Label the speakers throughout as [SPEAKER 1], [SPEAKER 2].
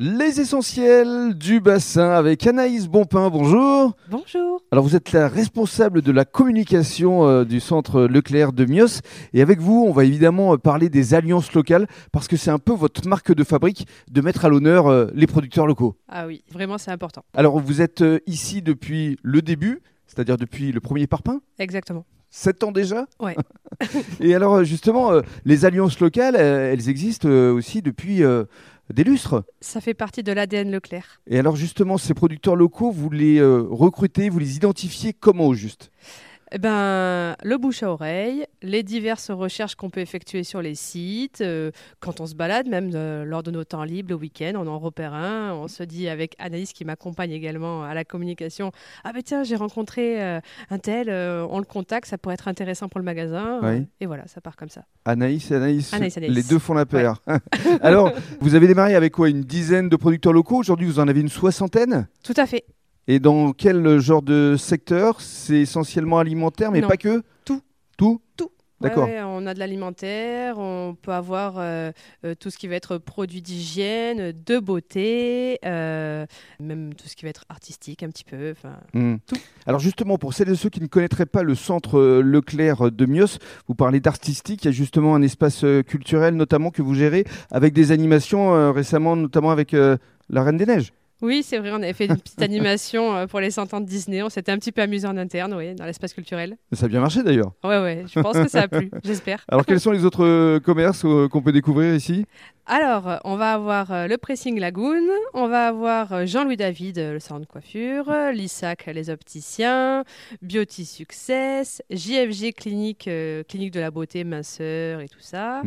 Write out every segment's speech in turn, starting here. [SPEAKER 1] Les essentiels du bassin avec Anaïs Bompin, bonjour.
[SPEAKER 2] Bonjour.
[SPEAKER 1] Alors vous êtes la responsable de la communication euh, du centre Leclerc de Mios et avec vous on va évidemment euh, parler des alliances locales parce que c'est un peu votre marque de fabrique de mettre à l'honneur euh, les producteurs locaux.
[SPEAKER 2] Ah oui, vraiment c'est important.
[SPEAKER 1] Alors vous êtes euh, ici depuis le début, c'est-à-dire depuis le premier parpaing
[SPEAKER 2] Exactement.
[SPEAKER 1] 7 ans déjà
[SPEAKER 2] Ouais.
[SPEAKER 1] Et alors euh, justement, euh, les alliances locales, euh, elles existent euh, aussi depuis euh, des lustres.
[SPEAKER 2] Ça fait partie de l'ADN Leclerc.
[SPEAKER 1] Et alors justement, ces producteurs locaux, vous les euh, recrutez, vous les identifiez comment au juste
[SPEAKER 2] Eh ben, le bouche à oreille, les diverses recherches qu'on peut effectuer sur les sites, euh, quand on se balade, même euh, lors de nos temps libres, le week-end, on en repère un. On se dit avec Anaïs qui m'accompagne également à la communication Ah ben tiens, j'ai rencontré euh, un tel, euh, on le contacte, ça pourrait être intéressant pour le magasin.
[SPEAKER 1] Oui.
[SPEAKER 2] Euh, Et voilà, ça part comme ça.
[SPEAKER 1] Anaïs, Anaïs,
[SPEAKER 2] Anaïs, Anaïs.
[SPEAKER 1] les deux font la paire. alors, vous avez démarré avec quoi Une dizaine de producteurs locaux. Aujourd'hui, vous en avez une soixantaine.
[SPEAKER 2] Tout à fait.
[SPEAKER 1] Et dans quel euh, genre de secteur C'est essentiellement alimentaire, mais
[SPEAKER 2] Non.
[SPEAKER 1] pas que
[SPEAKER 2] Tout.
[SPEAKER 1] Tout
[SPEAKER 2] Tout. Ouais,
[SPEAKER 1] D'accord.
[SPEAKER 2] ouais, on a de l'alimentaire, on peut avoir euh, euh, tout ce qui va être produit d'hygiène, de beauté, euh, même tout ce qui va être artistique un petit peu. enfin.
[SPEAKER 1] Hmm.
[SPEAKER 2] Tout.
[SPEAKER 1] Alors justement, pour celles et ceux qui ne connaîtraient pas le centre euh, Leclerc de Mios, vous parlez d'artistique, il y a justement un espace euh, culturel notamment que vous gérez avec des animations euh, récemment, notamment avec euh, la Reine des Neiges.
[SPEAKER 2] Oui, c'est vrai, on avait fait une petite animation euh, pour les 100 ans de Disney. On s'était un petit peu amusé en interne, oui, dans l'espace culturel.
[SPEAKER 1] Ça a bien marché d'ailleurs.
[SPEAKER 2] Ouais, ouais, je pense que ça a plu, j'espère.
[SPEAKER 1] Alors quels sont les autres euh, commerces euh, qu'on peut découvrir ici
[SPEAKER 2] Alors, euh, on va avoir euh, le Pressing Lagoon, on va avoir euh, Jean-Louis David, euh, le salon de coiffure, euh, l'ISAC, les opticiens, Beauty Success, JFG Clinique, euh, clinique de la beauté, minceur et tout ça,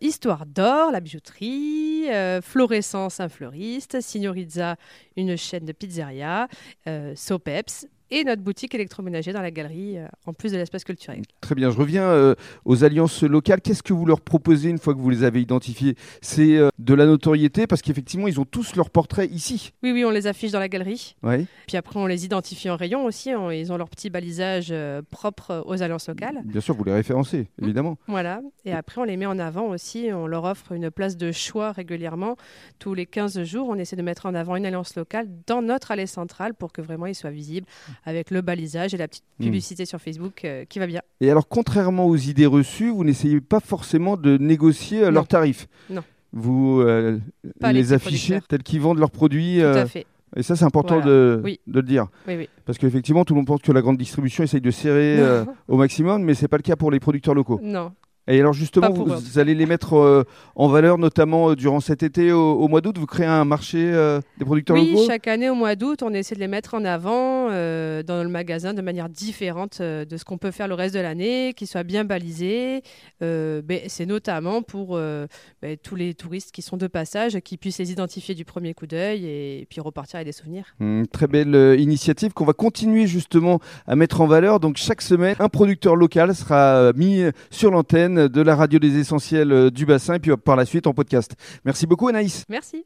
[SPEAKER 2] Histoire d'or, la bijouterie, euh, Florescence, un fleuriste, Signorizza, une chaîne de pizzeria, euh, Sopeps et notre boutique électroménager dans la galerie, euh, en plus de l'espace culturel.
[SPEAKER 1] Très bien, je reviens euh, aux alliances locales. Qu'est-ce que vous leur proposez une fois que vous les avez identifiés C'est euh, de la notoriété parce qu'effectivement, ils ont tous leur portrait ici.
[SPEAKER 2] Oui, oui, on les affiche dans la galerie.
[SPEAKER 1] Oui,
[SPEAKER 2] Puis après, on les identifie en rayon aussi. on- ils ont leur petit balisage euh, propre aux alliances locales.
[SPEAKER 1] bien sûr, vous les référencez, évidemment.
[SPEAKER 2] Voilà. Et après, on les met en avant aussi. On leur offre une place de choix régulièrement. Tous les 15 jours, on essaie de mettre en avant une alliance locale dans notre allée centrale pour que vraiment ils soient visibles avec le balisage et la petite
[SPEAKER 1] Mm.
[SPEAKER 2] publicité sur Facebook euh, qui va bien.
[SPEAKER 1] Et alors, contrairement aux idées reçues, vous n'essayez pas forcément de négocier euh, leurs
[SPEAKER 2] Non.
[SPEAKER 1] tarifs.
[SPEAKER 2] Non.
[SPEAKER 1] Vous euh,
[SPEAKER 2] Pas les
[SPEAKER 1] les
[SPEAKER 2] petits
[SPEAKER 1] affichez
[SPEAKER 2] producteurs.
[SPEAKER 1] tels qu'ils vendent leurs produits.
[SPEAKER 2] Tout
[SPEAKER 1] euh,
[SPEAKER 2] à fait.
[SPEAKER 1] et ça, c'est important
[SPEAKER 2] Voilà.
[SPEAKER 1] de,
[SPEAKER 2] Oui.
[SPEAKER 1] de le dire.
[SPEAKER 2] Oui, oui.
[SPEAKER 1] Parce qu'effectivement, tout le monde pense que la grande distribution essaye de serrer euh, au maximum, mais c'est pas le cas pour les producteurs locaux.
[SPEAKER 2] Non.
[SPEAKER 1] Et alors, justement,
[SPEAKER 2] Pas pour
[SPEAKER 1] vous,
[SPEAKER 2] eux.
[SPEAKER 1] vous allez les mettre euh, en valeur, notamment euh, durant cet été, au, au mois d'août. Vous créez un marché euh, des producteurs
[SPEAKER 2] Oui,
[SPEAKER 1] locaux
[SPEAKER 2] chaque année au mois d'août, on essaie de les mettre en avant euh, dans le magasin de manière différente euh, de ce qu'on peut faire le reste de l'année, qu'ils soient bien balisés. Euh, ben, c'est notamment pour euh, ben, tous les touristes qui sont de passage, qui puissent les identifier du premier coup d'œil et, puis repartir avec des souvenirs.
[SPEAKER 1] Hum, très belle euh, initiative qu'on va continuer justement à mettre en valeur. Donc chaque semaine, un producteur local sera euh, mis sur l'antenne de la radio des essentiels euh, du bassin et puis euh, par la suite en podcast. Merci beaucoup Anaïs.
[SPEAKER 2] Merci.